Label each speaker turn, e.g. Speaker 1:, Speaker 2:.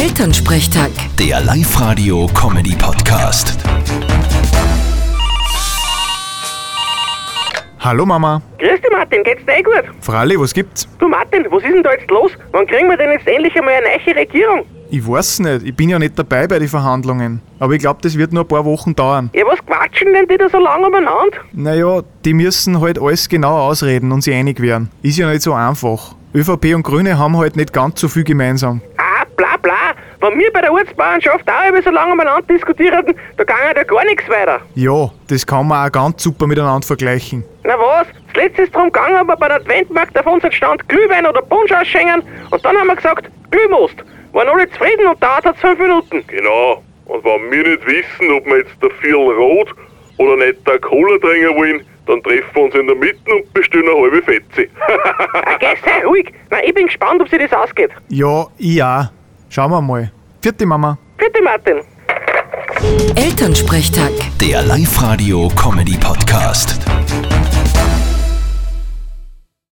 Speaker 1: Elternsprechtag.
Speaker 2: Der Live-Radio-Comedy-Podcast.
Speaker 3: Hallo Mama.
Speaker 4: Grüß dich, Martin. Geht's dir eh gut?
Speaker 3: Fralli, was gibt's?
Speaker 4: Du, Martin, was ist denn da jetzt los? Wann kriegen wir denn jetzt endlich einmal eine neue Regierung?
Speaker 3: Ich weiß nicht, ich bin ja nicht dabei bei den Verhandlungen. Aber ich glaube, das wird nur ein paar Wochen dauern.
Speaker 4: Ja, was quatschen denn die da so lange umeinander?
Speaker 3: Naja, die müssen halt alles genau ausreden und sich einig werden. Ist ja nicht so einfach. ÖVP und Grüne haben halt nicht ganz so viel gemeinsam.
Speaker 4: Ah, bla bla. Wenn wir bei der Ortsbauernschaft auch immer so lange umeinander diskutierten, da ging ja gar nichts weiter.
Speaker 3: Ja, das kann man auch ganz super miteinander vergleichen.
Speaker 4: Na was? Zuletzt ist drum gegangen, ob wir bei der Adventmarkt auf unseren Stand Glühwein oder Punsch ausschenken und dann haben wir gesagt, Glühmost. Waren alle zufrieden und dauert hat's fünf Minuten.
Speaker 5: Genau. Und wenn wir nicht wissen, ob wir jetzt der Vierl rot oder nicht der Cola trinken wollen, dann treffen wir uns in der Mitte und bestellen eine halbe Fetze.
Speaker 4: Ah, geh, sei ruhig. Na, ich bin gespannt, ob sich das ausgeht.
Speaker 3: Ja, ich auch. Schauen wir mal. Vierte Mama.
Speaker 4: Bitte, Martin.
Speaker 1: Elternsprechtag.
Speaker 2: Der Live-Radio-Comedy-Podcast.